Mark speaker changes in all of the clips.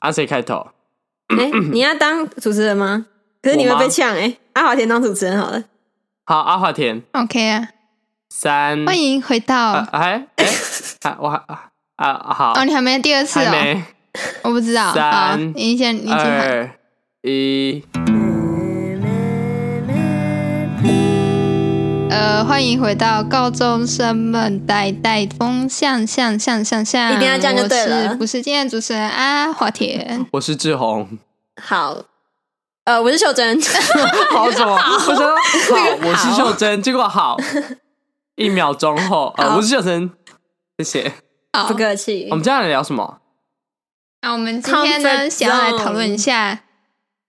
Speaker 1: 按谁开头？
Speaker 2: 哎、
Speaker 3: 嗯
Speaker 2: 你要当主持人吗？可是你
Speaker 1: 我
Speaker 2: 会
Speaker 1: 吗
Speaker 2: 被呛哎、阿华田当主持人好了，
Speaker 1: 好，阿华田
Speaker 3: OK 啊，
Speaker 1: 三，
Speaker 3: 欢迎回到、
Speaker 1: 啊哎 哎，啊我还啊啊好，
Speaker 3: 哦，你还没第二次
Speaker 1: 还
Speaker 3: 哦，
Speaker 1: 没
Speaker 3: 我不知道。好，
Speaker 1: 三
Speaker 3: 你先，你先喊。
Speaker 1: 二一，
Speaker 3: 呃，欢迎回到高中生们带带风向向向向向，
Speaker 2: 一定要这样就对了
Speaker 3: 我是不是今天的主持人啊，华田。
Speaker 1: 我是志 宏，
Speaker 2: 好，呃，我是秀珍，
Speaker 1: 好什么？我说好，我是
Speaker 2: 好
Speaker 1: 秀珍，结果 好，一秒钟后，呃，
Speaker 2: 好
Speaker 1: 我是秀珍，谢谢。
Speaker 3: 好
Speaker 2: 不，客气
Speaker 1: 我。们接下来聊什么？
Speaker 3: 那我们今天呢，
Speaker 2: Comfort
Speaker 3: 想要来讨论一下，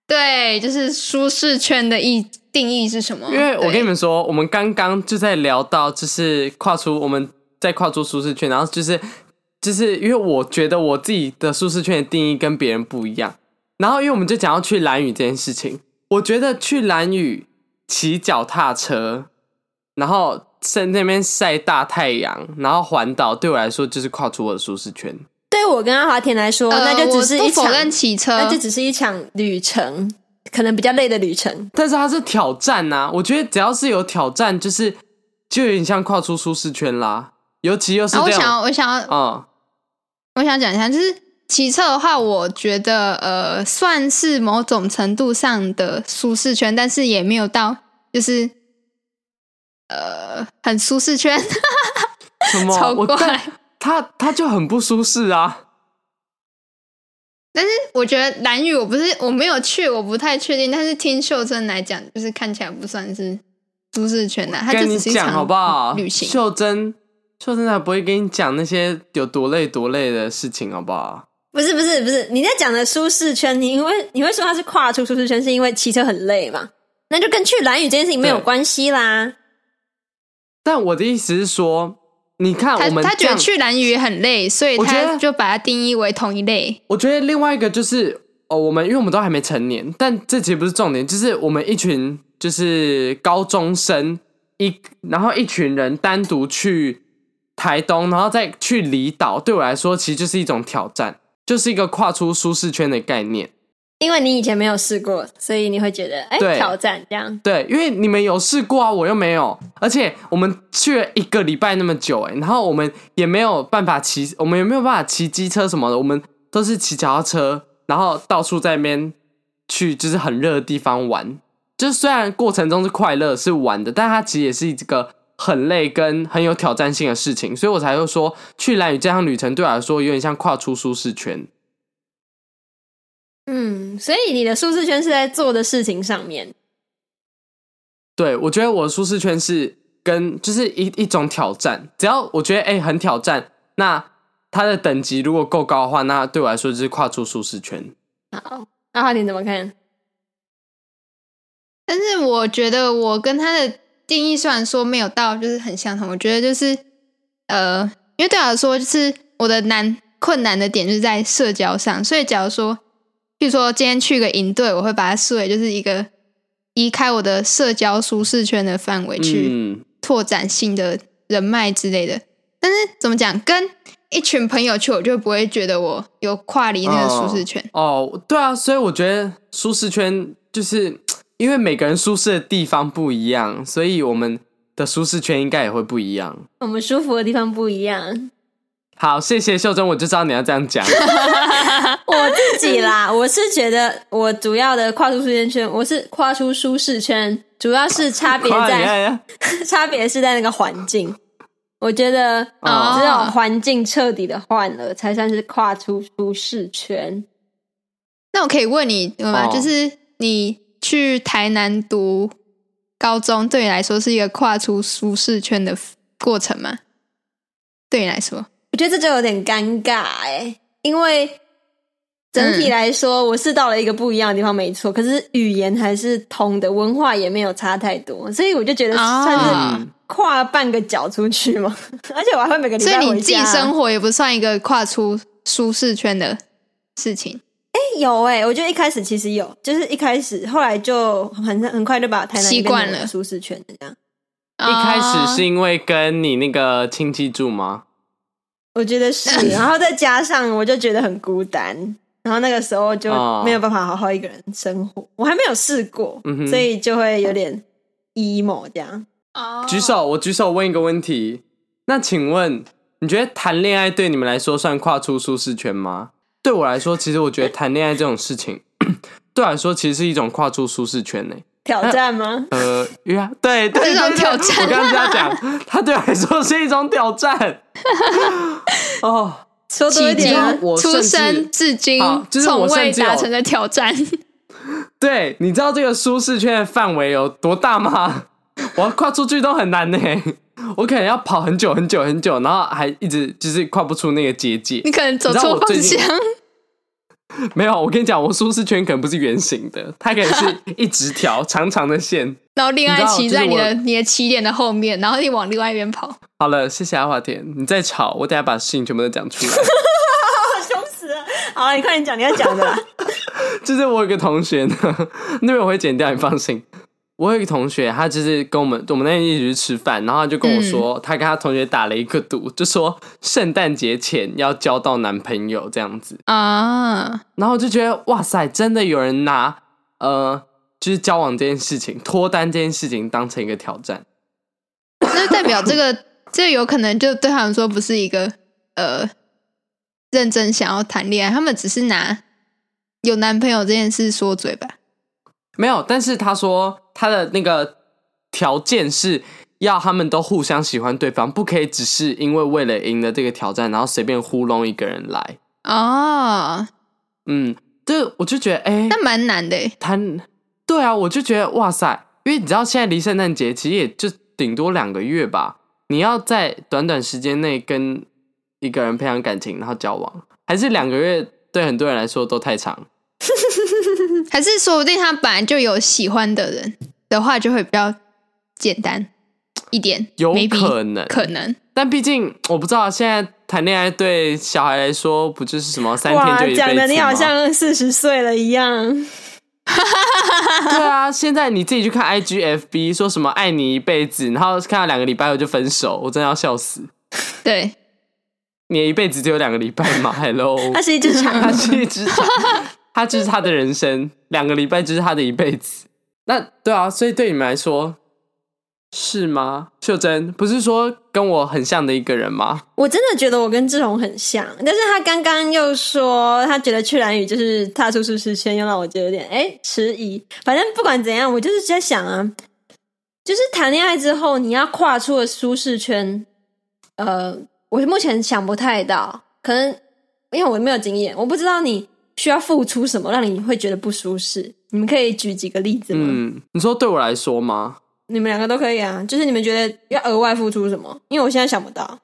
Speaker 3: 对，就是舒适圈的意定义是什么？
Speaker 1: 因为我跟你
Speaker 3: 对
Speaker 1: 们说，我们刚刚就在聊到，就是跨出我们在跨出舒适圈，然后就是就是因为我觉得我自己的舒适圈的定义跟别人不一样，然后因为我们就讲要去蓝雨这件事情，我觉得去蓝雨骑脚踏车，然后在那边晒大太阳，然后环岛对我来说就是跨出我的舒适圈。
Speaker 2: 对我跟阿华田来说，
Speaker 3: 呃
Speaker 2: 那就只是
Speaker 3: 我
Speaker 2: 一
Speaker 3: 不
Speaker 2: 场
Speaker 3: 否，认骑车，
Speaker 2: 那就只是一场旅程，可能比较累的旅程。
Speaker 1: 但是它是挑战呐、我觉得只要是有挑战，就是就有点像跨出舒适圈啦，尤其又是
Speaker 3: 啊，
Speaker 1: 这
Speaker 3: 我想
Speaker 1: 样，
Speaker 3: 要，我想要，
Speaker 1: 嗯。
Speaker 3: 我想讲一下，就是骑车的话，我觉得呃，算是某种程度上的舒适圈，但是也没有到就是呃很舒适圈，
Speaker 1: 什么？
Speaker 3: 超
Speaker 1: 我
Speaker 3: 怪
Speaker 1: 但他他就很不舒适啊！
Speaker 3: 但是我觉得蓝雨我不是我没有去，我不太确定。但是听秀珍来讲，就是看起来不算是舒适圈的，它就
Speaker 1: 跟你
Speaker 3: 只是一
Speaker 1: 讲
Speaker 3: 场
Speaker 1: 好不好？
Speaker 3: 旅行。
Speaker 1: 秀珍，秀珍才不会跟你讲那些有多累多累的事情，好不好？
Speaker 2: 不是不是不是，你在讲的舒适圈，你因为你会说它是跨出舒适圈，是因为骑车很累嘛？那就跟去蓝雨这件事情没有
Speaker 1: 对
Speaker 2: 关系啦。
Speaker 1: 但我的意思是说，你看
Speaker 3: 他
Speaker 1: 我们
Speaker 3: 他
Speaker 1: 这
Speaker 3: 觉得
Speaker 1: 样，
Speaker 3: 去蓝雨很累，所以
Speaker 1: 我觉
Speaker 3: 他
Speaker 1: 得
Speaker 3: 就把它定义为同一类。
Speaker 1: 我觉得另外一个就是哦，我们因为我们都还没成年，但这其实不是重点，就是我们一群就是高中生一，然后一群人单独去台东，然后再去离岛，对我来说其实就是一种挑战，就是一个跨出舒适圈的概念。
Speaker 2: 因为你以前没有试过，所以你会觉得哎、
Speaker 1: 对
Speaker 2: 挑战这样。
Speaker 1: 对，因为你们有试过啊，我又没有，而且我们去了一个礼拜那么久、欸，然后我们也没有办法骑，我们也没有办法骑机车什么的，我们都是骑脚踏车，然后到处在那边去，就是很热的地方玩。就是虽然过程中是快乐是玩的，但它其实也是一个很累跟很有挑战性的事情，所以我才会说去蓝屿这趟旅程对我来说有点像跨出舒适圈。
Speaker 2: 嗯，所以你的舒适圈是在做的事情上面。
Speaker 1: 对，我觉得我的舒适圈是跟就是一一种挑战，只要我觉得哎、很挑战，那它的等级如果够高的话，那对我来说就是跨出舒适圈。
Speaker 2: 阿华你怎么看？
Speaker 3: 但是我觉得我跟他的定义虽然说没有到就是很相同，我觉得就是呃，因为对我来说，就是我的难困难的点就是在社交上，所以假如说，譬如说今天去个营队，我会把它视为就是一个移开我的社交舒适圈的范围去。
Speaker 1: 嗯，
Speaker 3: 拓展新的人脉之类的。但是怎么讲，跟一群朋友去，我就不会觉得我有跨离那个舒适圈。
Speaker 1: 哦，对啊，所以我觉得舒适圈就是因为每个人舒适的地方不一样，所以我们的舒适圈应该也会不一样。
Speaker 2: 我们舒服的地方不一样。
Speaker 1: 好，谢谢秀珍，我就知道你要这样 讲。
Speaker 2: 我自己啦，我是觉得我主要的跨出舒适圈，我是跨出舒适圈，主要是差别
Speaker 1: 快
Speaker 2: 在
Speaker 1: 点哎
Speaker 2: 差别是在那个环境。我觉得
Speaker 1: 哦
Speaker 2: 只有环境彻底的换了，才算是跨出舒适圈。
Speaker 3: 那我可以问你吗？
Speaker 1: 哦
Speaker 3: 就是你去台南读高中，对你来说是一个跨出舒适圈的过程吗？对你来说，
Speaker 2: 我觉得这就有点尴尬哎、因为整体来说，我是到了一个不一样的地方，没错。可是语言还是通的，文化也没有差太多，所以我就觉得
Speaker 3: 哦
Speaker 2: 算是
Speaker 1: 嗯，
Speaker 2: 跨半个脚出去嘛。 而且我还会每个礼
Speaker 3: 所
Speaker 2: 拜
Speaker 3: 以
Speaker 2: 回
Speaker 3: 你自己
Speaker 1: 啊
Speaker 2: 家
Speaker 3: 生活也不算一个跨出舒适圈的事情，
Speaker 2: 有哎、我觉得一开始其实有，就是一开始，后来就很很快就把台南
Speaker 3: 习
Speaker 2: 变成
Speaker 3: 惯
Speaker 2: 我的
Speaker 3: 了
Speaker 2: 舒适圈的这样。
Speaker 1: 一开始是
Speaker 3: 哦
Speaker 1: 因为跟你那个亲戚住吗？
Speaker 2: 我觉得是，然后再加上我就觉得很孤单，然后那个时候就
Speaker 1: 哦
Speaker 2: 没有办法好好一个人生活，我还没有试过，
Speaker 1: 嗯哼
Speaker 2: 所以就会有点 emo 这样。
Speaker 3: 哦
Speaker 1: 举手，我举手问一个问题。那请问，你觉得谈恋爱对你们来说算跨出舒适圈吗？对我来说，其实我觉得谈恋爱这种事情，对我来说其实是一种跨出舒适圈呢、
Speaker 2: 挑战吗？
Speaker 1: 呃，对啊，对，对
Speaker 3: 这种挑战
Speaker 1: 对对对我刚刚这样讲，它对我来说是一种挑战。哦，
Speaker 2: 说多一
Speaker 3: 迄今
Speaker 2: 点啊
Speaker 1: 起劲我
Speaker 3: 出
Speaker 1: 甚至
Speaker 3: 生至今
Speaker 1: 好就是
Speaker 3: 从
Speaker 1: 我
Speaker 3: 未
Speaker 1: 甚至有
Speaker 3: 达成的挑 战，
Speaker 1: 对，你知道这个舒适圈的范围有多大吗？我要跨出去都很难呢、我可能要跑很久很久很久，然后还一直就是跨不出那个结界。
Speaker 3: 你可能走
Speaker 1: 你知道
Speaker 3: 错
Speaker 1: 我最
Speaker 3: 方
Speaker 1: 近
Speaker 3: 向。
Speaker 1: 没有，我跟你讲，我舒适圈可能不是圆形的，它可能是一直条长长的线。
Speaker 3: 然后恋爱
Speaker 1: 你
Speaker 3: 骑
Speaker 1: 知道
Speaker 3: 在你
Speaker 1: 就是
Speaker 3: 的
Speaker 1: 我
Speaker 3: 你的起点的后面，然后你往另外一边跑。
Speaker 1: 好了，谢谢阿华田，你再吵，我等下把事情全部都讲出来。
Speaker 2: 凶死了！啊好了，你快点讲你要 讲的啦。
Speaker 1: 就是我有一个同学呢，那边我会剪掉，你放心。我有一个同学，他就是跟我们我们那天一起去吃饭，然后他就跟我说，他跟他同学打了一个赌，就说圣诞节前要交到男朋友这样子。
Speaker 3: 啊，
Speaker 1: 然后我就觉得哇塞，真的有人拿呃，就是交往这件事情、脱单这件事情当成一个挑战。
Speaker 3: 那代表这个这有可能就对他们说不是一个呃认真想要谈恋爱，他们只是拿有男朋友这件事说嘴吧。
Speaker 1: 没有，但是他说他的那个条件是要他们都互相喜欢对方，不可以只是因为为了赢了这个挑战，然后随便糊弄一个人来。
Speaker 3: 哦，
Speaker 1: 嗯，这我就觉得，哎、
Speaker 3: 那蛮难的欸耶。
Speaker 1: 谈，对啊，我就觉得哇塞，因为你知道现在离圣诞节其实也就顶多两个月吧，你要在短短时间内跟一个人培养感情，然后交往，还是两个月对很多人来说都太长。
Speaker 3: 还是说不定他本来就有喜欢的人的话，就会比较简单一点，
Speaker 1: 有
Speaker 3: maybe
Speaker 1: 可能
Speaker 3: 可能
Speaker 1: 但毕竟我不知道，现在谈恋爱对小孩来说不就是什么三天
Speaker 2: 哇
Speaker 1: 就，一辈子吗
Speaker 2: 讲的你好像四十岁了一样。
Speaker 1: 对啊，现在你自己去看 IGFB 说什么爱你一辈子，然后看到两个礼拜我就分手，我真的要笑死。
Speaker 3: 对。
Speaker 1: 你的一辈子只有两个礼拜 吗？Hello，
Speaker 2: 它是一只长
Speaker 1: 他是一只长，他就是他的人生，两个礼拜就是他的一辈子。那对啊，所以对你们来说是吗？秀珍不是说跟我很像的一个人吗？
Speaker 2: 我真的觉得我跟志宏很像，但是他刚刚又说他觉得去蓝雨就是踏出舒适圈，又让我觉得有点哎迟疑。反正不管怎样，我就是在想啊，就是谈恋爱之后你要跨出的舒适圈，呃，我目前想不太到，可能因为我没有经验，我不知道你需要付出什么让你会觉得不舒适。你们可以举几个例子吗？
Speaker 1: 嗯，你说对我来说吗？
Speaker 2: 你们两个都可以啊，就是你们觉得要额外付出什么？因为我现在想不到。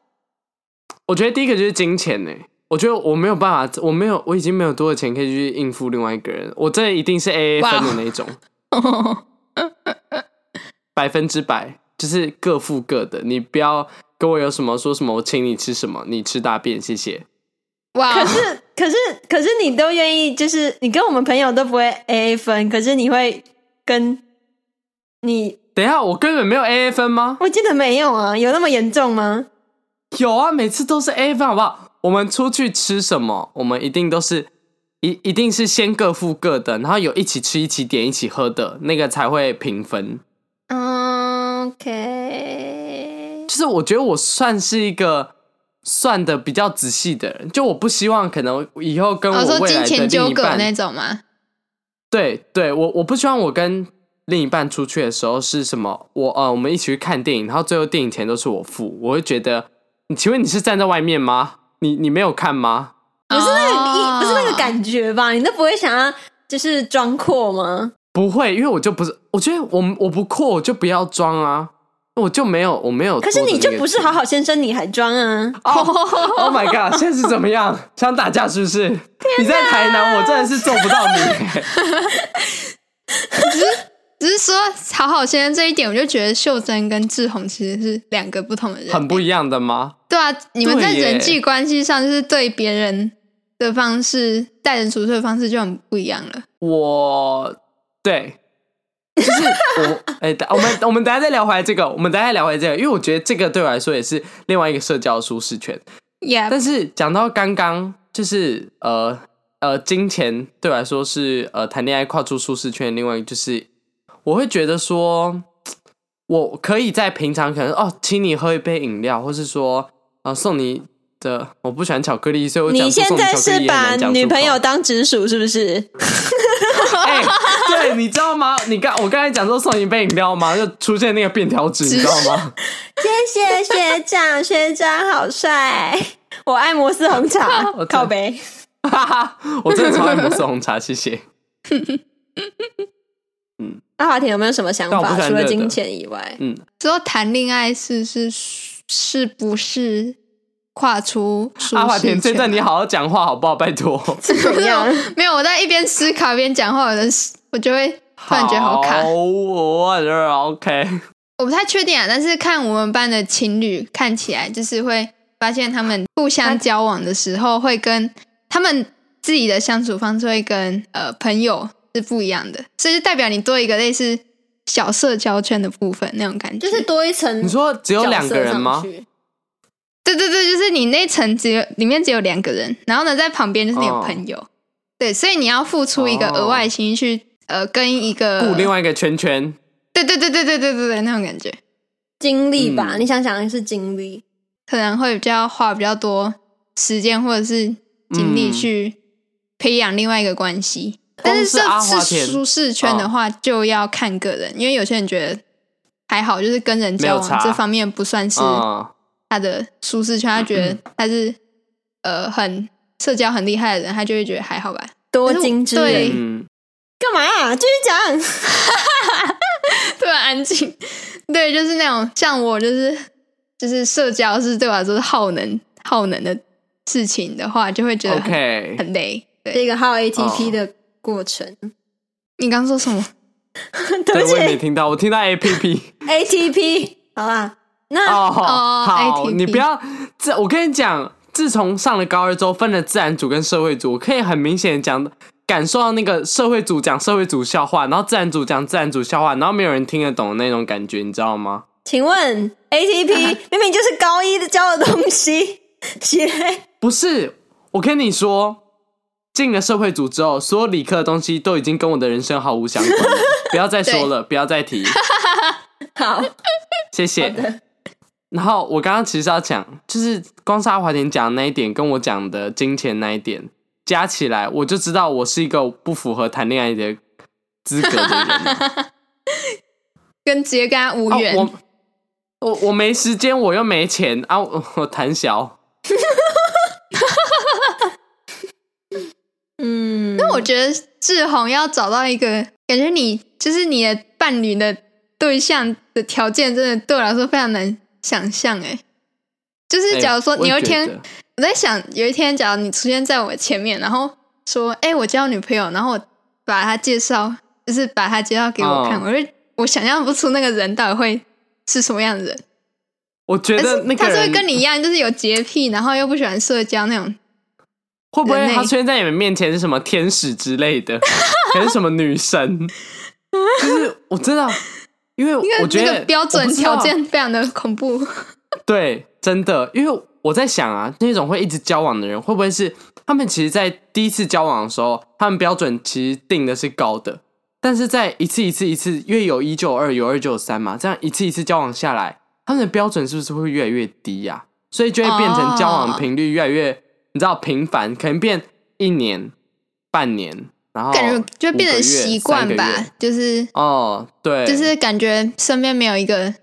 Speaker 1: 我觉得第一个就是金钱呢、我觉得我没有办法，我没有，我已经没有多的钱可以去应付另外一个人，我这一定是 A A
Speaker 3: 哇
Speaker 1: 分的那一种，百分之百，就是各付各的，你不要跟我有什么说什么，我请你吃什么，你吃大便，谢谢。
Speaker 2: 啊
Speaker 3: 哇，哦
Speaker 2: 可是，可是你都愿意，就是你跟我们朋友都不会 A A 分，可是你会跟你，
Speaker 1: 等一下，我根本没有 A A 分吗？
Speaker 2: 我记得没有啊，有那么严重吗？
Speaker 1: 有啊，每次都是 A A 分，好不好？我们出去吃什么，我们一定都是一一定是先各付各的，然后有一起吃、一起点、一起喝的那个才会平分。
Speaker 2: 嗯，OK，
Speaker 1: 就是我觉得我算是一个算的比较仔细的人，就我不希望可能以后跟
Speaker 3: 我
Speaker 1: 我
Speaker 3: 哦说
Speaker 1: 未来
Speaker 3: 金
Speaker 1: 的
Speaker 3: 钱
Speaker 1: 另
Speaker 3: 纠
Speaker 1: 一
Speaker 3: 葛
Speaker 1: 半，
Speaker 3: 那种吗？
Speaker 1: 对对，我我不希望我跟另一半出去的时候是什么，我呃我们一起去看电影，然后最后电影钱都是我付，我会觉得，你请问你是站在外面吗？你你没有看吗？
Speaker 2: 不是那个意，
Speaker 3: 哦
Speaker 2: 不是那个感觉吧？你都不会想要就是装阔吗？
Speaker 1: 不会，因为我就不是，我觉得我我不阔，我就不要装啊，我就没有我没有多的
Speaker 2: 可
Speaker 1: 那
Speaker 2: 是
Speaker 1: 个钱。
Speaker 2: 你就不是好好先生，你还装啊？
Speaker 1: Oh my god！现在是怎么样？想打架是不是？你在台南，我真的是做不到你、
Speaker 3: 只是说好好先生这一点，我就觉得秀珍跟志宏其实是两个不同的人，
Speaker 1: 很不一样的吗？
Speaker 3: 对啊。你们在
Speaker 1: 对耶
Speaker 3: 人际关系上，就是对别人的方式、待人处事的方式就很不一样了。
Speaker 1: 我对，就是我哎、等我们我们等一下再聊回来这个，我们等一下聊回来这个，因为我觉得这个对我来说也是另外一个社交的舒适圈。
Speaker 3: Yeah，
Speaker 1: 但是讲到刚刚，就是呃，呃，金钱对我来说是呃谈恋爱跨出舒适圈的另外一个就是，我会觉得说，我可以在平常可能哦，请你喝一杯饮料，或是说呃送你的，我不喜欢巧克力，所以我讲
Speaker 2: 你
Speaker 1: 出
Speaker 2: 现
Speaker 1: 送
Speaker 2: 在
Speaker 1: 巧克
Speaker 2: 是
Speaker 1: 力也很
Speaker 2: 把
Speaker 1: 难讲
Speaker 2: 女
Speaker 1: 出口
Speaker 2: 朋友当直属是不是？
Speaker 1: 哎、对，你知道吗？你刚我刚才讲说送你一杯饮料吗？就出现那个便条纸，你知道 吗？
Speaker 2: 谢谢学长，学长好帅， 我爱摩斯红茶
Speaker 1: 我，
Speaker 2: 靠背。
Speaker 1: 哈哈，我真的超爱摩斯红茶，谢谢。
Speaker 2: 阿华田有没有什么想
Speaker 1: 但我不
Speaker 2: 法？
Speaker 1: 喜欢
Speaker 2: 除了
Speaker 1: 热的
Speaker 2: 金钱以外，
Speaker 1: 嗯，
Speaker 3: 之后谈恋爱是是是不是跨出舒适圈啊
Speaker 1: 阿华田，这段你好好讲话好不好？拜托。
Speaker 2: 怎样？
Speaker 3: 没有，我在一边思考一边讲话，我的我就会突然觉得好卡。
Speaker 1: 我觉得 OK。
Speaker 3: 我不太确定啊，但是看我们班的情侣看起来，就是会发现他们互相交往的时候，会跟他们自己的相处方式会跟呃朋友是不一样的，所以就代表你多一个类似小社交圈的部分那种感 觉。
Speaker 2: 就是多一 层。
Speaker 1: 你说只有两个人吗？？
Speaker 3: 对对对，就是你那层只有里面只有两个人，然后呢，在旁边就是你的
Speaker 1: 哦
Speaker 3: 朋友，对，所以你要付出一个额外的心力去、呃跟一个
Speaker 1: 顾另外一个圈圈，
Speaker 3: 对对对对对对对对那种感觉，
Speaker 2: 经历吧，
Speaker 1: 嗯
Speaker 2: 你想想是经历。
Speaker 3: 可能会比较花比较多时间或者是精力
Speaker 1: 嗯
Speaker 3: 去培养另外一个关系。但
Speaker 1: 光
Speaker 3: 是
Speaker 1: 是阿
Speaker 3: 这
Speaker 1: 华
Speaker 3: 是
Speaker 1: 田
Speaker 3: 舒适圈的
Speaker 1: 哦
Speaker 3: 话，就要看个人，因为有些人觉得还好，就是跟人
Speaker 1: 没有
Speaker 3: 交往
Speaker 1: 差
Speaker 3: 这方面不算是
Speaker 1: 嗯，
Speaker 3: 他的舒适圈，他觉得他是呃很社交很厉害的人，他就会觉得还好吧。
Speaker 2: 多金之
Speaker 3: 可是
Speaker 2: 人
Speaker 3: 我对，
Speaker 1: 嗯，
Speaker 2: 干嘛啊？继续讲。
Speaker 3: 突然安静，对，就是那种像我就是就是社交是对我来说是耗能耗能的事情的话，就会觉得很
Speaker 1: OK，
Speaker 3: 很累。对
Speaker 2: 这个耗 ATP
Speaker 1: 哦
Speaker 2: 的过程，
Speaker 3: 你刚说什么？
Speaker 2: 对
Speaker 1: 哦 对，
Speaker 2: 不
Speaker 1: 我也没
Speaker 2: 起
Speaker 1: 听到，我 听到 APP。
Speaker 2: ，ATP 好啦。那
Speaker 1: 哦，
Speaker 3: 哦
Speaker 1: 好，
Speaker 3: ATP
Speaker 1: 你不要这，我跟你讲，自从上了高二之后，分了自然组跟社会组，我可以很明显地讲感受到那个社会组讲社会组笑话，然后自然组讲自然组笑话，然后没有人听得懂的那种感觉，你知道吗？
Speaker 2: 请问 ATP 明明就是高一的教的东西， 起来
Speaker 1: 不是，我跟你说，进了社会组之后，所有理科的东西都已经跟我的人生毫无相关了，不要再说了，不 要再 提，
Speaker 2: 好
Speaker 1: 谢谢。然后我刚刚其实要讲，就是光是阿华田讲的那一点，跟我讲的金钱那一点加起来，我就知道我是一个不符合谈恋爱的资格的人 了。
Speaker 3: 跟直接跟他无
Speaker 1: 哦
Speaker 3: 缘，
Speaker 1: 我我我没时间，我又没钱啊，我 我谈小
Speaker 2: 嗯，
Speaker 1: 啊
Speaker 3: 那我觉得志宏要找到一个感觉你就是你的伴侣的对象的条件，真的对我来说非常难想象哎。就是
Speaker 1: 哎
Speaker 3: 假如说
Speaker 1: 我
Speaker 3: 你有一
Speaker 1: 也觉
Speaker 3: 天，
Speaker 1: 得
Speaker 3: 我在想有一天，假如你出现在我前面，然后说：“哎、我交女朋友。”然后我把她介绍，就是把她介绍给我看，
Speaker 1: 哦
Speaker 3: 我就我想象不出那个人到底会是什么样的人。
Speaker 1: 我觉
Speaker 3: 但
Speaker 1: 得
Speaker 3: 是
Speaker 1: 那个
Speaker 3: 他是
Speaker 1: 人
Speaker 3: 会跟你一样，就是有洁癖，然后又不喜欢社交那种。
Speaker 1: 会不会
Speaker 3: 人类
Speaker 1: 他出现在你们面前是什么天使之类的， 还是什么女 神？就是我真的，因为
Speaker 3: 因为
Speaker 1: 我觉
Speaker 3: 那
Speaker 1: 得
Speaker 3: 个标准
Speaker 1: 我不知道
Speaker 3: 条件非常的恐怖。
Speaker 1: 对，真的，因为我在想啊，那种会一直交往的人，会不会是他们其实，在第一次交往的时候，他们标准其实定的是高的，但是在一次一次一次，因为有一就有二，有二就有三嘛，这样一次一次交往下来，他们的标准是不是会越来越低呀、所以就会变成交
Speaker 3: 哦
Speaker 1: 往频率越来越，你知道频繁，可能变一年、半年，然后
Speaker 3: 感觉就变
Speaker 1: 五个
Speaker 3: 成
Speaker 1: 月
Speaker 3: 习惯。
Speaker 1: 三个
Speaker 3: 吧
Speaker 1: 月，
Speaker 3: 就是
Speaker 1: 哦，对，
Speaker 3: 就是感觉身边没有一个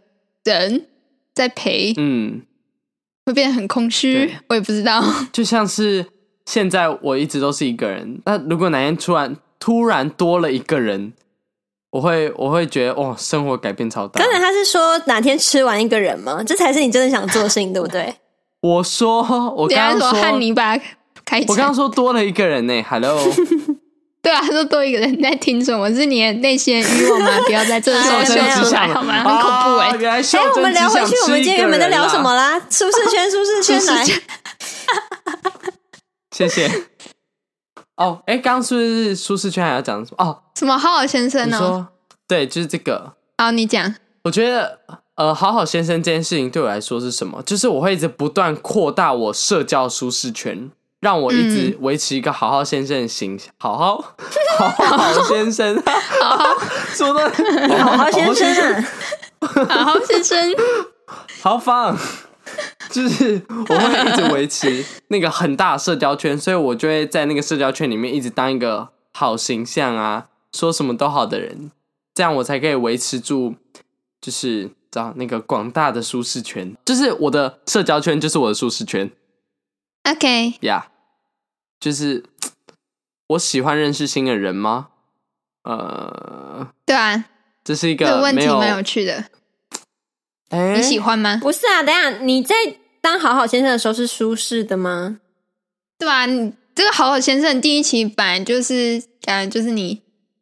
Speaker 3: 人在陪，
Speaker 1: 嗯。
Speaker 3: 会变得很空虚
Speaker 1: 对。
Speaker 3: 我也不知道，
Speaker 1: 就像是现在我一直都是一个人，那如果哪天突然突然多了一个人，我会我会觉得哇，生活改变超大
Speaker 2: 刚。才他是说哪天吃完一个人吗？这才是你真的想做的事情，对不对？
Speaker 1: 我说我
Speaker 3: 等一
Speaker 1: 刚
Speaker 3: 下什
Speaker 1: 刚
Speaker 3: 么汉
Speaker 1: 说
Speaker 3: 尼拔开
Speaker 1: 我刚
Speaker 3: 枪
Speaker 1: 刚说多了一个人呢、h e l l o
Speaker 3: 对啊，他说多一个人在听什么？是你的内心的欲 望吗？不要在这时候
Speaker 1: 啊
Speaker 2: 哎
Speaker 3: 秀
Speaker 2: 没有
Speaker 3: 出来好吗？很恐怖哎、
Speaker 1: 原来秀
Speaker 2: 哎、
Speaker 1: 珍
Speaker 2: 我们
Speaker 1: 只
Speaker 2: 聊回
Speaker 1: 想
Speaker 2: 去，我
Speaker 1: 吃
Speaker 2: 们
Speaker 1: 一
Speaker 2: 今
Speaker 1: 个
Speaker 2: 天原本在
Speaker 1: 人
Speaker 2: 聊什
Speaker 1: 啦
Speaker 2: 么？啦？舒适圈，舒适
Speaker 3: 就
Speaker 2: 圈来，
Speaker 3: 是
Speaker 1: 谢谢。哦，哎，刚刚是不是舒适圈还要讲什么？哦，
Speaker 3: 什么好好先生
Speaker 1: 你
Speaker 3: 哦、
Speaker 1: 说对，就是这个。
Speaker 3: 好，你 讲，
Speaker 1: 我觉得，呃，好好先生这件事情对我来说是什么？就是我会一直不断扩大我社交舒适圈。让我一
Speaker 2: 嗯
Speaker 1: 直维持一个好好先生的形象，好 好好好先生，
Speaker 3: 好 好
Speaker 1: 什么东西？
Speaker 2: 好好先生啊、
Speaker 3: 好好先生，
Speaker 1: 好放， 就是我会一直维持那个很大的社交圈，所以我就会在那个社交圈里面一直当一个好形象啊，说什么都好的人，这样我才可以维持住，就是知道那个广大的舒适圈，就是我的社交圈就是我的舒适圈
Speaker 3: OK，
Speaker 1: 呀。就是我喜欢认识新的人吗？呃，
Speaker 3: 对啊，
Speaker 1: 这是一
Speaker 3: 这个
Speaker 1: 个
Speaker 3: 问
Speaker 1: 没
Speaker 3: 题
Speaker 1: 有
Speaker 3: 蛮有趣的，
Speaker 1: 哎
Speaker 3: 你喜欢吗？
Speaker 2: 不是啊，等一下你在当好好先生的时候是舒适的吗？
Speaker 3: 对啊，你这个好好先生第一期版就是感觉就是你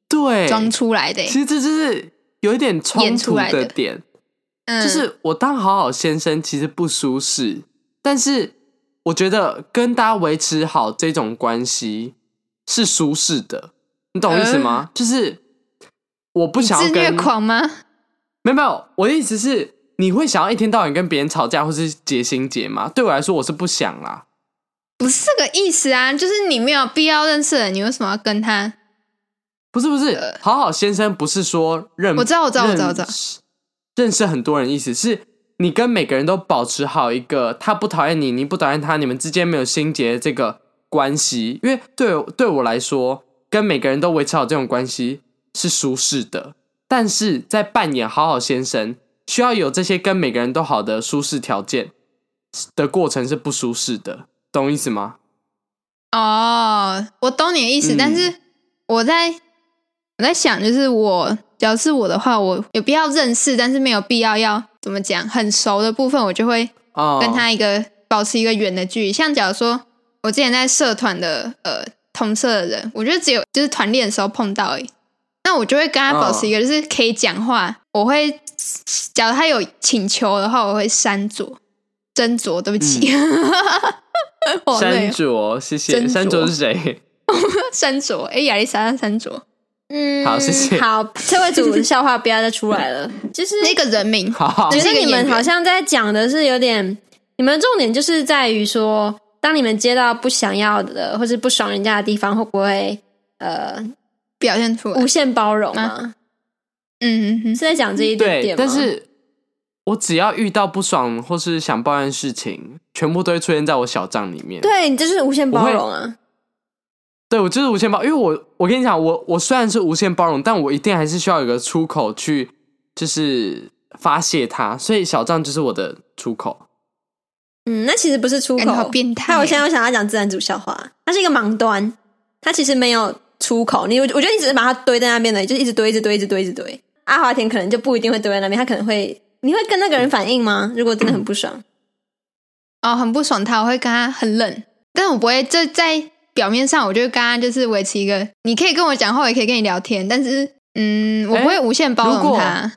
Speaker 1: 对
Speaker 3: 装出来的欸、
Speaker 1: 哎其实这就是有一点冲
Speaker 3: 演出
Speaker 1: 突
Speaker 3: 来的
Speaker 1: 点，
Speaker 3: 嗯，
Speaker 1: 就是我当好好先生其实不舒适，但是我觉得跟大家维持好这种关系是舒适的，你懂我意思吗？就是我不想
Speaker 3: 嗯自
Speaker 1: 要
Speaker 3: 虐
Speaker 1: 跟
Speaker 3: 狂吗？
Speaker 1: 没有没有，我的意思是你会想要一天到晚跟别人吵架或是结心结吗？对我来说我是不想啦，
Speaker 3: 不是这个意思啊，就是你没有必要认识的人，你为什么要跟他？
Speaker 1: 不是不是，好好先生不是说认
Speaker 3: 我知道我知道我知道我知道
Speaker 1: 认识认识很多人，意思是你跟每个人都保持好一个他不讨厌你，你不讨厌他，你们之间没有心结这个关系。因为对我对我来说，跟每个人都维持好这种关系是舒适的，但是在扮演好好先生需要有这些跟每个人都好的舒适条件的过程是不舒适的，懂我意思吗？
Speaker 3: 哦，我懂你的意思，
Speaker 1: 嗯
Speaker 3: 但是我在我在想，就是我只要是我的话，我有必要认识，但是没有必要要怎么讲很熟的部分，我就会
Speaker 1: 哦，
Speaker 3: 跟他一个、保持一个远的距离。像假如说我之前在社团的呃同社的人，我觉得只有就是团练的时候碰到而已，那我就会跟他保
Speaker 1: 哦
Speaker 3: 持一个就是可以讲话，我会假如他有请求的话，我会删酌斟酌，对不起，
Speaker 1: 嗯
Speaker 3: 好累
Speaker 1: 山
Speaker 3: 哦
Speaker 1: 卓，谢谢
Speaker 3: 斟酌
Speaker 1: 山卓是谁？
Speaker 3: 删酌，哎，亚历山大删酌，
Speaker 2: 嗯，
Speaker 1: 好谢谢
Speaker 2: 好，社会主义 的笑话不要再出来了。就是
Speaker 3: 那个人名
Speaker 1: 好好
Speaker 2: 只
Speaker 3: 就是
Speaker 2: 是
Speaker 3: 一个
Speaker 2: 你
Speaker 3: 演
Speaker 2: 们
Speaker 3: 员
Speaker 2: 好像在讲的是有点，你们的重点就是在于说，当你们接到不想要的或是不爽人家的地方，会不会呃
Speaker 3: 表现出来，
Speaker 2: 无限包容吗？
Speaker 3: 嗯嗯
Speaker 2: 是
Speaker 3: 嗯，
Speaker 2: 在讲这一点
Speaker 1: 啊对
Speaker 2: 点，吗？
Speaker 1: 但是我只要遇到不爽或是想抱怨的事情，全部都会出现在我小账里面。
Speaker 2: 对你这就是无限包容啊！
Speaker 1: 对，我就是无限包，因为我我跟你讲，我我虽然是无限包容，但我一定还是需要有个出口去，就是发泄它，所以小账就是我的出口。
Speaker 2: 嗯，那其实不是出
Speaker 3: 感觉好
Speaker 2: 口。
Speaker 3: 变态
Speaker 2: 那
Speaker 3: 哦，
Speaker 2: 我现在又想要讲自然组笑话，它是一个盲端，它其实没有出口。你我我觉得你只是把它堆在那边而已，就一直堆，一直堆，一直堆，一直堆。阿华田可能就不一定会堆在那边，他可能会，你会跟那个人反应吗？如果真的很不
Speaker 3: 嗯
Speaker 2: 爽，
Speaker 3: 哦，很不爽他，我会跟他很冷，但我不会这在表面上，我就跟他就是维持一个，你可以跟我讲话，我也可以跟你聊天，但是嗯，我不会无限包
Speaker 1: 如
Speaker 3: 容
Speaker 1: 果
Speaker 3: 他。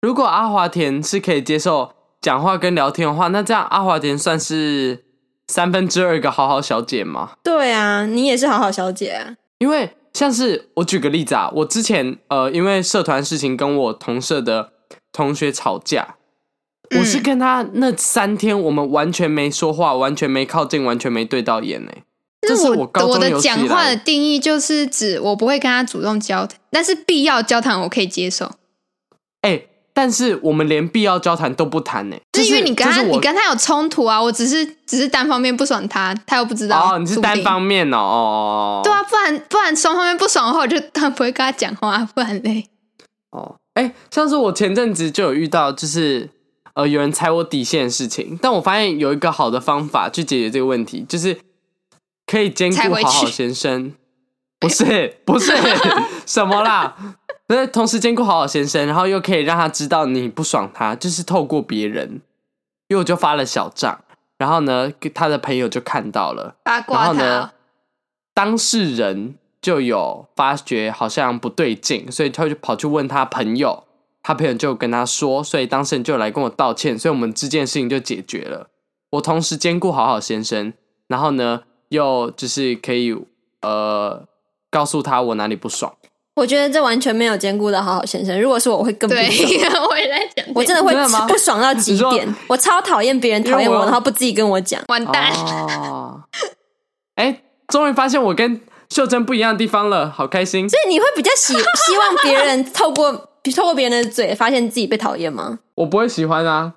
Speaker 1: 如果阿华田是可以接受讲话跟聊天的话，那这样阿华田算是三分之二个好好小姐吗？
Speaker 2: 对啊，你也是好好小姐啊。
Speaker 1: 因为像是我举个例子啊，我之前呃，因为社团事情跟我同社的同学吵架，
Speaker 3: 嗯
Speaker 1: 我是跟他那三天我们完全没说话，完全没靠近，完全没对到眼呢、这是
Speaker 3: 我
Speaker 1: 高
Speaker 3: 我
Speaker 1: 中
Speaker 3: 的
Speaker 1: 有史
Speaker 3: 讲
Speaker 1: 以
Speaker 3: 话的
Speaker 1: 来，
Speaker 3: 定义就是指我不会跟他主动交谈，但是必要交谈我可以接受，
Speaker 1: 哎、但是我们连必要交谈都不谈呢、
Speaker 3: 是因为
Speaker 1: 这
Speaker 3: 你跟他
Speaker 1: 这是
Speaker 3: 你
Speaker 1: 我
Speaker 3: 跟他有冲突啊，我只是只是单方面不爽他，他又不知道
Speaker 1: 哦，你是
Speaker 3: 说不
Speaker 1: 单
Speaker 3: 定
Speaker 1: 方面哦，哦，
Speaker 3: 对啊，不然不然双方面不爽的话，我就当然不会跟他讲话，不然嘞。
Speaker 1: 哦，哎、像是我前阵子就有遇到，就是呃有人踩我底线的事情，但我发现有一个好的方法去解决这个问题，就是可以兼
Speaker 3: 踩
Speaker 1: 顾
Speaker 3: 回
Speaker 1: 好好
Speaker 3: 去
Speaker 1: 先 生，不是不是什么啦，那同时兼顾好好先生，然后又可以让他知道你不爽他，就是透过别人，因为我就发了小账，然后呢他的朋友就看到了，
Speaker 3: 八
Speaker 1: 然
Speaker 3: 卦
Speaker 1: 后
Speaker 3: 他
Speaker 1: 呢
Speaker 3: 哦，，
Speaker 1: 当事人就有发觉好像不对劲，所以他就跑去问他朋友，他朋友就跟他说，所以当事人就来跟我道歉，所以我们之间的事情就解决了。我同时兼顾好好先生，然后呢，又就是可以呃告诉他我哪里不爽。
Speaker 2: 我觉得这完全没有兼顾到好好先生。如果是我，我会更不
Speaker 3: 对
Speaker 2: 爽，，
Speaker 3: 我也在讲这个，
Speaker 2: 我真 的会
Speaker 1: 真的吗
Speaker 2: 不爽到极
Speaker 1: 你说
Speaker 2: 点。我超讨厌别人讨厌
Speaker 1: 因为
Speaker 2: 我，
Speaker 1: 我
Speaker 2: 然后不自己跟我讲。
Speaker 3: 完蛋。
Speaker 1: 哦，哎，终于发现我跟秀珍不一样的地方了，好开心。
Speaker 2: 所以你会比较希希望别人透过 透过别人的嘴发现自己被讨厌吗？
Speaker 1: 我不会喜欢啊，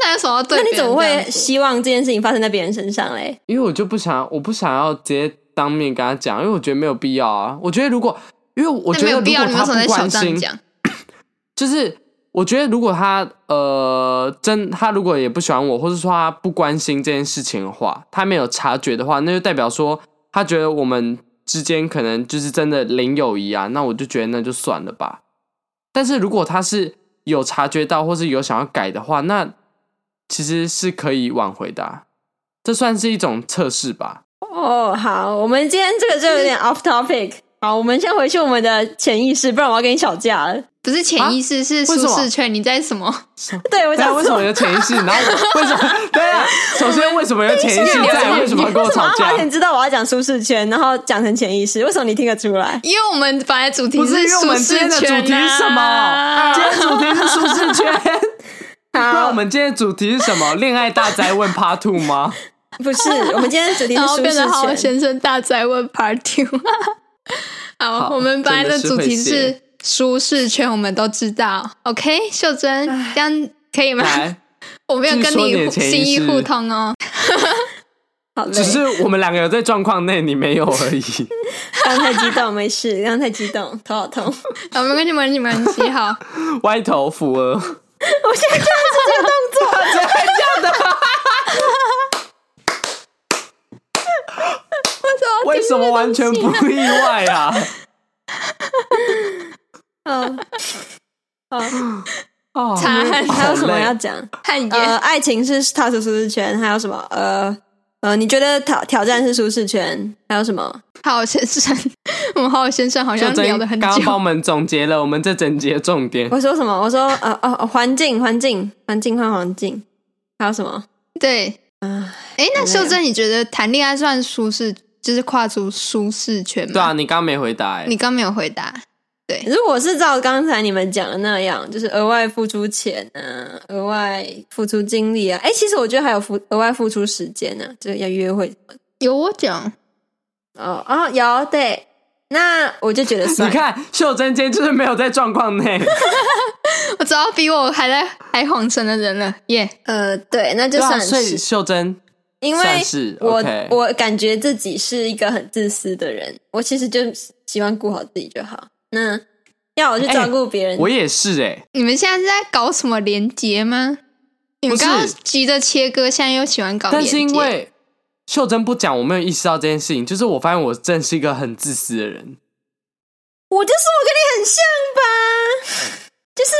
Speaker 3: 那有什么要对
Speaker 2: 那
Speaker 3: 别
Speaker 2: 你
Speaker 3: 人这
Speaker 2: 怎
Speaker 3: 样
Speaker 2: 么
Speaker 3: 子？
Speaker 2: 会希望这件事情发生在别人身上嘞？
Speaker 1: 因为我就不想，我不想要直接当面跟他讲，因为我觉得没有必要啊。我觉得如果，因为我
Speaker 3: 那
Speaker 1: 觉得
Speaker 3: 没有
Speaker 1: 如
Speaker 3: 必
Speaker 1: 果
Speaker 3: 要，你为
Speaker 1: 他
Speaker 3: 什么在
Speaker 1: 不
Speaker 3: 小
Speaker 1: 关
Speaker 3: 张
Speaker 1: 心，
Speaker 3: 讲？
Speaker 1: 就是我觉得如果他呃真他如果也不喜欢我，或者说他不关心这件事情的话，他没有察觉的话，那就代表说他觉得我们之间可能就是真的零友谊啊。那我就觉得那就算了吧。但是如果他是有察觉到，或是有想要改的话，那其实是可以挽回的啊、这算是一种测试吧。
Speaker 2: 哦，好，我们今天这个就有点 off topic。好，我们先回去我们的潜意识，不然我要跟你吵架了。
Speaker 3: 不是潜意识，是
Speaker 1: 啊为什
Speaker 3: 舒
Speaker 1: 么
Speaker 3: 适圈。你在什么？
Speaker 2: 对，我
Speaker 1: 对啊，
Speaker 2: 讲
Speaker 1: 为什
Speaker 2: 错
Speaker 1: 么有潜意识？然后为什么？对啊，首先为什么有潜意识在？ 为什么要跟我吵
Speaker 2: 你为什么要
Speaker 1: 架
Speaker 2: 花？钱知道我要讲舒适圈，然后讲成潜意识，为什么你听得出来？
Speaker 3: 因为我们本来主题
Speaker 1: 不是因为我
Speaker 3: 舒
Speaker 1: 们今
Speaker 3: 适
Speaker 1: 天的主
Speaker 3: 圈
Speaker 1: 题是什么？
Speaker 3: 啊
Speaker 1: 今天主题是舒适 圈。不然
Speaker 2: 好
Speaker 1: 我，们今天的主题是什么？恋爱大灾问 Part Two 吗？
Speaker 2: 不是，我们今天的主题是
Speaker 3: 然后
Speaker 2: 舒
Speaker 3: 变得 好
Speaker 2: 适圈。
Speaker 3: 先生大灾问 Part Two。好，
Speaker 1: 好
Speaker 3: 我们本来的
Speaker 1: 真的是
Speaker 3: 主
Speaker 1: 会
Speaker 3: 题
Speaker 1: 谢
Speaker 3: 是舒适圈，我们都知道。OK，秀珍，这样可以吗？
Speaker 1: 来，
Speaker 3: 我没有
Speaker 1: 继续
Speaker 3: 跟
Speaker 1: 说你的潜
Speaker 3: 心
Speaker 1: 意
Speaker 3: 意
Speaker 1: 识
Speaker 3: 互通哦。
Speaker 2: 好嘞，
Speaker 1: 只是我们两个有在状况内，你没有而已。
Speaker 2: 刚刚太激动，没事，刚刚太激动，头好痛。
Speaker 3: 啊，没关系，没关系，没关系。好，
Speaker 1: 歪头扶额，
Speaker 2: 我现在就是这个动作，
Speaker 1: 这还叫的？ 为什么完全不意外啊？
Speaker 2: 嗯， 好，
Speaker 1: 哦
Speaker 3: 擦汗
Speaker 1: 好
Speaker 2: 还有什么
Speaker 1: 累
Speaker 2: 要讲？
Speaker 3: 汗
Speaker 2: 呃，
Speaker 3: 颜。
Speaker 2: 爱情是踏出舒适圈，还有什么？呃呃，你觉得挑挑战是舒适圈，还有什么？
Speaker 3: 好先生，我们好先生好
Speaker 1: 秀
Speaker 3: 像
Speaker 1: 珍
Speaker 3: 聊了很
Speaker 1: 刚刚帮我
Speaker 3: 久。
Speaker 1: 们总结了我们这整节重 点。
Speaker 2: 我说什么？我说呃哦哦，环境环境环境换环境，还有什么？
Speaker 3: 对，
Speaker 2: 啊、
Speaker 3: 哎，那
Speaker 2: 好累
Speaker 3: 秀
Speaker 2: 哦
Speaker 3: 珍，你觉得谈恋爱算舒适，就是跨出舒适圈吗？
Speaker 1: 对啊，你刚刚没回答、欸
Speaker 3: 你，刚没有回答。
Speaker 2: 如果是照刚才你们讲的那样，就是额外付出钱啊，额外付出精力啊。哎，其实我觉得还有付额外付出时间呢、啊，就是要约会。
Speaker 3: 有我讲，
Speaker 2: 哦哦，有对，那我就觉得
Speaker 1: 你
Speaker 2: 算。
Speaker 1: 看秀珍今天就是没有在状况 内。
Speaker 3: 我找到比我还在还恍神的人了，耶、
Speaker 2: 呃，对，那就
Speaker 1: 对啊，
Speaker 2: 算
Speaker 1: 所以
Speaker 2: 是，
Speaker 1: 秀珍
Speaker 2: 因为
Speaker 1: 算是
Speaker 2: 我
Speaker 1: OK
Speaker 2: 我感觉自己是一个很自私的人，我其实就喜欢顾好自己就好。那要我去照顾别人，
Speaker 1: 哎我也是哎、
Speaker 3: 你们现在是在搞什么连结吗？你们
Speaker 1: 不是
Speaker 3: 刚刚急着切割，现在又喜欢搞连
Speaker 1: 但
Speaker 3: 结，
Speaker 1: 是因为秀珍不讲，我没有意识到这件事情。就是我发现我真是一个很自私的人。
Speaker 2: 我就说我跟你很像吧。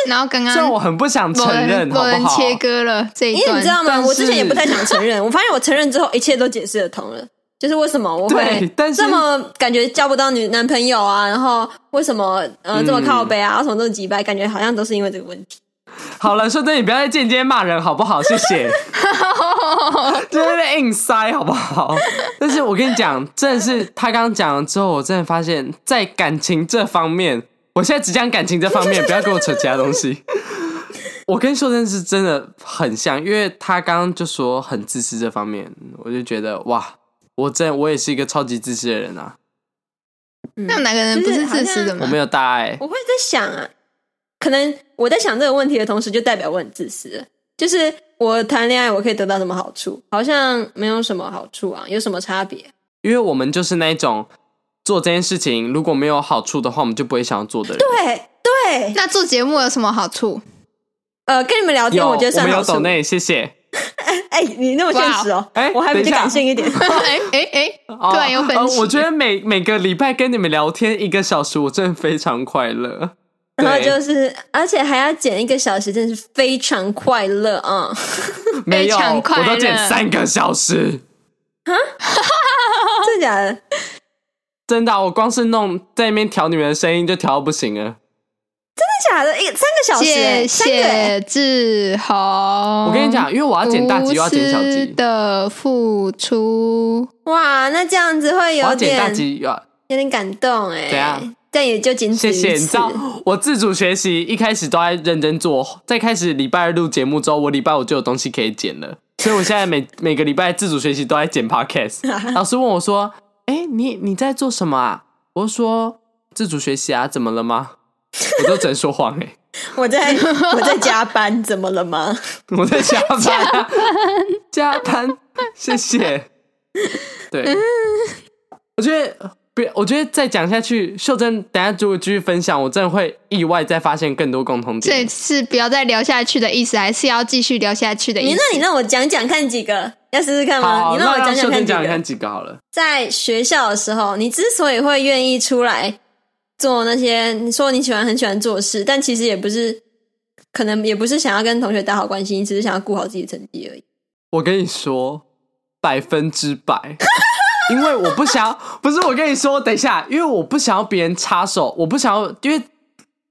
Speaker 3: 然后刚
Speaker 1: 虽然
Speaker 3: 刚
Speaker 1: 我很不想承
Speaker 3: 某人
Speaker 1: 认，
Speaker 3: 嗯某
Speaker 1: 好
Speaker 3: 人
Speaker 1: 不好？
Speaker 3: 切割了这一
Speaker 2: 因为
Speaker 3: 段，
Speaker 2: 你知道吗？
Speaker 1: 但是
Speaker 2: 我之前也不太想承认，我发现我承认之后，一切都解释得通了。就是为什么我
Speaker 1: 对
Speaker 2: 会，
Speaker 1: 但是
Speaker 2: 这么感觉交不到女男朋友啊，然后为什么呃
Speaker 1: 嗯
Speaker 2: 这么靠背啊，为什么这么几掰，感觉好像都是因为这个问题。
Speaker 1: 好了，秀珍，你不要再间接骂人，好不好？谢谢。就在那硬塞，好不好？但是我跟你讲，真的是他刚刚讲了之后，我真的发现，在感情这方面，我现在只讲感情这方面，不要跟我扯其他东西。我跟秀珍是真的很像，因为他刚刚就说很自私这方面，我就觉得哇，我真的我也是一个超级自私的人啊，
Speaker 3: 那有哪个人不是自私的
Speaker 1: 我
Speaker 3: 吗
Speaker 1: 没？有大爱
Speaker 2: 我会在想啊，可能我在想这个问题的同时，就代表我很自私了。就是我谈恋爱，我可以得到什么好处？好像没有什么好处啊，有什么差别？
Speaker 1: 因为我们就是那一种做这件事情如果没有好处的话，我们就不会想要做的人。
Speaker 2: 对对，
Speaker 3: 那做节目有什么 好处？
Speaker 2: 呃，跟你们聊 天，
Speaker 1: 有，
Speaker 2: 我觉得
Speaker 1: 我
Speaker 2: 算
Speaker 1: 们
Speaker 2: 好
Speaker 1: 有
Speaker 2: 处
Speaker 1: 抖。内，谢谢。
Speaker 2: 哎，你那么现实哦，
Speaker 1: 哇哎
Speaker 2: 我还比
Speaker 1: 等一
Speaker 2: 较
Speaker 1: 下
Speaker 2: 感性 一点。
Speaker 3: 哎哎哎，突然有本
Speaker 1: 哦
Speaker 3: 事，
Speaker 1: 呃我觉得每每个礼拜跟你们聊天一个小时，我真的非常快乐。
Speaker 2: 然后
Speaker 1: 对
Speaker 2: 就是，而且还要剪一个小时，真的是非常快乐啊！
Speaker 1: 没有，
Speaker 3: 非常快乐
Speaker 1: 我都剪三个小时，
Speaker 2: 真的假的？
Speaker 1: 真的啊、我光是弄在那边调你们的声音就调到不行了。
Speaker 2: 真的假的？一个三个小时、
Speaker 3: 谢
Speaker 2: 欸，三个、欸。
Speaker 3: 谢志豪。
Speaker 1: 我跟你，讲，因为我要剪大集，又要剪小集，
Speaker 3: 的付出，
Speaker 2: 哇，那这样子会
Speaker 1: 我要
Speaker 2: 有
Speaker 1: 剪大
Speaker 2: 点
Speaker 1: 集，啊又要
Speaker 2: 有点感动哎、欸。
Speaker 1: 怎样？
Speaker 2: 但也就仅
Speaker 1: 谢
Speaker 2: 此一
Speaker 1: 谢。你知
Speaker 2: 次。
Speaker 1: 道，我自主学习一开始都在认真做，在开始礼拜二录节目之后，我礼拜五就有东西可以剪了。所以我现在每 每个礼拜自主学习都在剪 podcast。老师问我说：“哎、你你在做什么啊？”我就说：“自主学习啊，怎么了吗？”我都只能说谎哎、
Speaker 2: 我 在我在加班，怎么了吗？
Speaker 1: 我在加班啊，加班，谢谢。对，我觉得别，我觉得再讲下去，秀珍等下如果继续分享，我真的会意外再发现更多共同
Speaker 3: 所
Speaker 1: 点
Speaker 3: 以。是不要再聊下去的意思，还是要继续聊下去的 意
Speaker 2: 你
Speaker 3: 思
Speaker 2: 那？你让我讲讲看几个，要试试看吗？
Speaker 1: 好，
Speaker 2: 你让我
Speaker 1: 那
Speaker 2: 讲
Speaker 1: 让秀
Speaker 2: 看
Speaker 1: 珍
Speaker 2: 几
Speaker 1: 讲
Speaker 2: 个
Speaker 1: 看。几个好了。
Speaker 2: 在学校的时候，你之所以会愿意出来做那些你说你喜欢很喜欢做的事，但其实也不是，可能也不是想要跟同学打好关系，你只是想要顾好自己的成绩而已。
Speaker 1: 我跟你说，百分之百，因为我不想，不是我跟你说，等一下，因为我不想要别人插手，我不想要，因为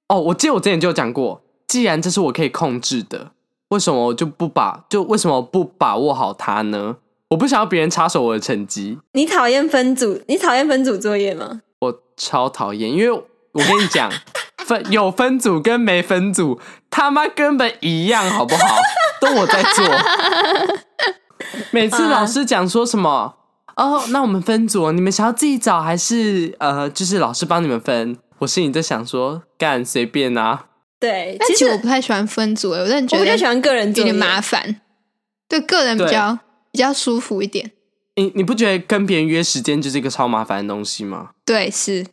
Speaker 1: 哦，我记得我之前就有讲过，既然这是我可以控制的，为什么我就不把就为什么不把握好它呢？我不想要别人插手我的成绩，
Speaker 2: 你讨厌分组？你讨厌分组作业吗？
Speaker 1: 我超讨厌，因为我跟你讲，分有分组跟没分组，他妈根本一样，好不好？都我在做。每次老师讲说什么，哦，那我们分组，你们想要自己找还是呃，就是老师帮你们分？我心里在想说，干随便啊。
Speaker 2: 对，
Speaker 3: 但
Speaker 2: 其
Speaker 3: 其
Speaker 2: 实
Speaker 3: 实我不太喜欢分组，欸我但觉
Speaker 2: 我
Speaker 3: 得
Speaker 2: 比较喜
Speaker 3: 有
Speaker 2: 欢个人作业啊
Speaker 3: 点，麻烦，对个人比
Speaker 1: 对
Speaker 3: 较比较舒服一点。
Speaker 1: 你你不觉得跟别人约时间就是一个超麻烦的东西吗？
Speaker 3: 对，是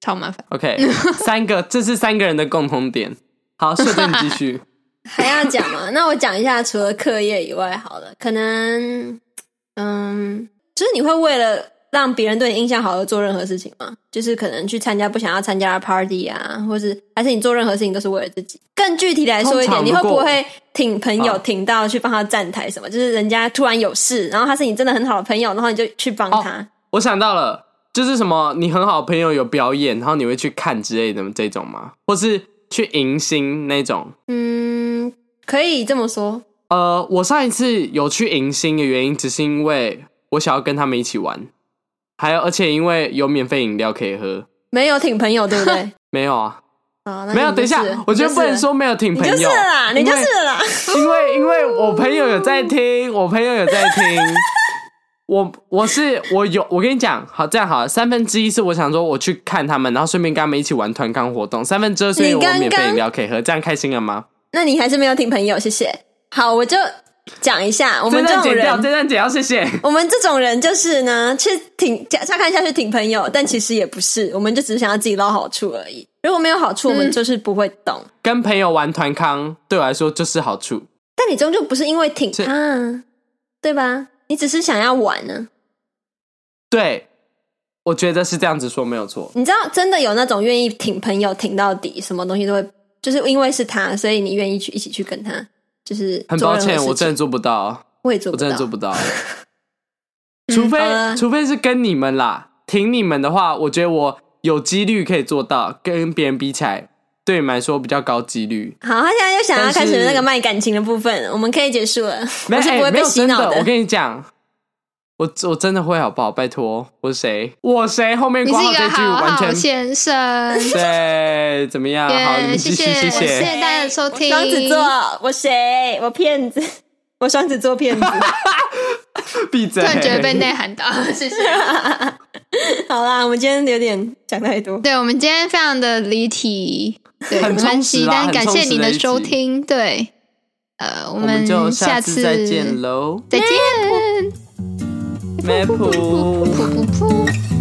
Speaker 3: 超麻烦。
Speaker 1: OK，三个，这是三个人的共同点。好，秀珍你继续。
Speaker 2: 还要讲 吗？那我讲一下，除了课业以外，好了，可能，嗯，就是你会为了让别人对你印象好而做任何事情吗？就是可能去参加不想要参加的 party 啊，或是还是你做任何事情都是为了自己。更具体来说一点，
Speaker 1: 通常
Speaker 2: 你
Speaker 1: 如
Speaker 2: 会
Speaker 1: 果
Speaker 2: 不会挺朋友
Speaker 1: 啊
Speaker 2: 挺到去帮他站台什么？就是人家突然有事，然后他是你真的很好的朋友，然后你就去帮
Speaker 1: 哦
Speaker 2: 他。
Speaker 1: 我想到了，就是什么，你很好的朋友有表演，然后你会去看之类的这种吗？或是去迎新那种？
Speaker 2: 嗯，可以这么说。
Speaker 1: 呃，我上一次有去迎新的原因，只是因为我想要跟他们一起玩，还有而且因为有免费饮料可以喝。
Speaker 2: 没有挺朋友，对 不对？
Speaker 1: 没有啊，
Speaker 2: 啊，那
Speaker 1: 没有。
Speaker 2: 你
Speaker 1: 等一
Speaker 2: 就是
Speaker 1: 下，我觉得不能，说没有挺
Speaker 2: 你
Speaker 1: 朋
Speaker 2: 就
Speaker 1: 友，
Speaker 2: 是你就是了啦，你就是了啦。
Speaker 1: 因为因为我朋友有在听，我朋友有在 听。我我是我有我跟你讲，好这样好了，三分之一是我想说我去看他们，然后顺便跟他们一起玩团康活动，三分之二是因为
Speaker 2: 你刚
Speaker 1: 我免
Speaker 2: 刚
Speaker 1: 费饮料可以喝，这样开心了吗？
Speaker 2: 那你还是没有听朋友，谢谢。好，我就讲一下，我
Speaker 1: 这
Speaker 2: 们这
Speaker 1: 段
Speaker 2: 种
Speaker 1: 剪掉，
Speaker 2: 人，
Speaker 1: 这段剪掉，谢谢。
Speaker 2: 我们这种人就是呢，去挺乍乍看一下去挺朋友，但其实也不是，我们就只是想要自己捞好处而已。如果没有好
Speaker 1: 嗯
Speaker 2: 处，我们就是不会懂。
Speaker 1: 跟朋友玩团康对我来说就是好处，
Speaker 2: 但你终究不是因为挺
Speaker 1: 是
Speaker 2: 啊，对吧？你只是想要玩啊呢、
Speaker 1: 对，我觉得是这样子说没有错。
Speaker 2: 你知道，真的有那种愿意挺朋友挺到底，什么东西都会，就是因为是他，所以你愿意去一起去跟他，就是
Speaker 1: 很
Speaker 2: 做
Speaker 1: 抱
Speaker 2: 任何
Speaker 1: 歉，
Speaker 2: 事
Speaker 1: 我
Speaker 2: 情
Speaker 1: 真的做不到，
Speaker 2: 我也做
Speaker 1: 我
Speaker 2: 不到，
Speaker 1: 真的做不到。除非、
Speaker 2: 好了
Speaker 1: 除非是跟你们啦，挺你们的话，我觉得我有几率可以做到，跟别人比起来，对你们来说比较高几率。
Speaker 2: 好，他现在又想要
Speaker 1: 但是
Speaker 2: 开始那个卖感情的部分，我们可以结束了。
Speaker 1: 没
Speaker 2: 我是不会
Speaker 1: 哎没
Speaker 2: 被
Speaker 1: 有
Speaker 2: 洗
Speaker 1: 真
Speaker 2: 脑
Speaker 1: 的，我跟你讲，我我真的会好不好？拜托，我是谁？我谁？后面
Speaker 3: 你
Speaker 1: 挂
Speaker 3: 是
Speaker 1: 号
Speaker 3: 一
Speaker 1: 这
Speaker 3: 个
Speaker 1: 一句
Speaker 3: 好
Speaker 1: 完
Speaker 3: 好
Speaker 1: 全
Speaker 3: 先生，
Speaker 1: 对，怎么样？好，你
Speaker 3: 耶！
Speaker 1: 们
Speaker 3: 谢
Speaker 1: 继续，谢
Speaker 3: 谢谢
Speaker 1: 谢。
Speaker 3: 大家的收听。
Speaker 2: 双子座，我谁？我骗子， 我双子座骗子。
Speaker 1: 闭嘴
Speaker 3: 突。然觉得被内涵到， 谢谢。
Speaker 2: 好啦，我们今天有点讲太多，
Speaker 3: 对，我们今天非常的离题，对，
Speaker 1: 很
Speaker 3: 没关
Speaker 1: 充
Speaker 3: 系
Speaker 1: 实，啦
Speaker 3: 但
Speaker 1: 很
Speaker 3: 感
Speaker 1: 充
Speaker 3: 谢
Speaker 1: 实
Speaker 3: 你
Speaker 1: 的一
Speaker 3: 的
Speaker 1: 集
Speaker 3: 收听。对，呃，我
Speaker 1: 我们就
Speaker 3: 下
Speaker 1: 下
Speaker 3: 次
Speaker 1: 次再见喽，
Speaker 3: 再见，
Speaker 1: m a p
Speaker 3: 噗噗噗噗噗。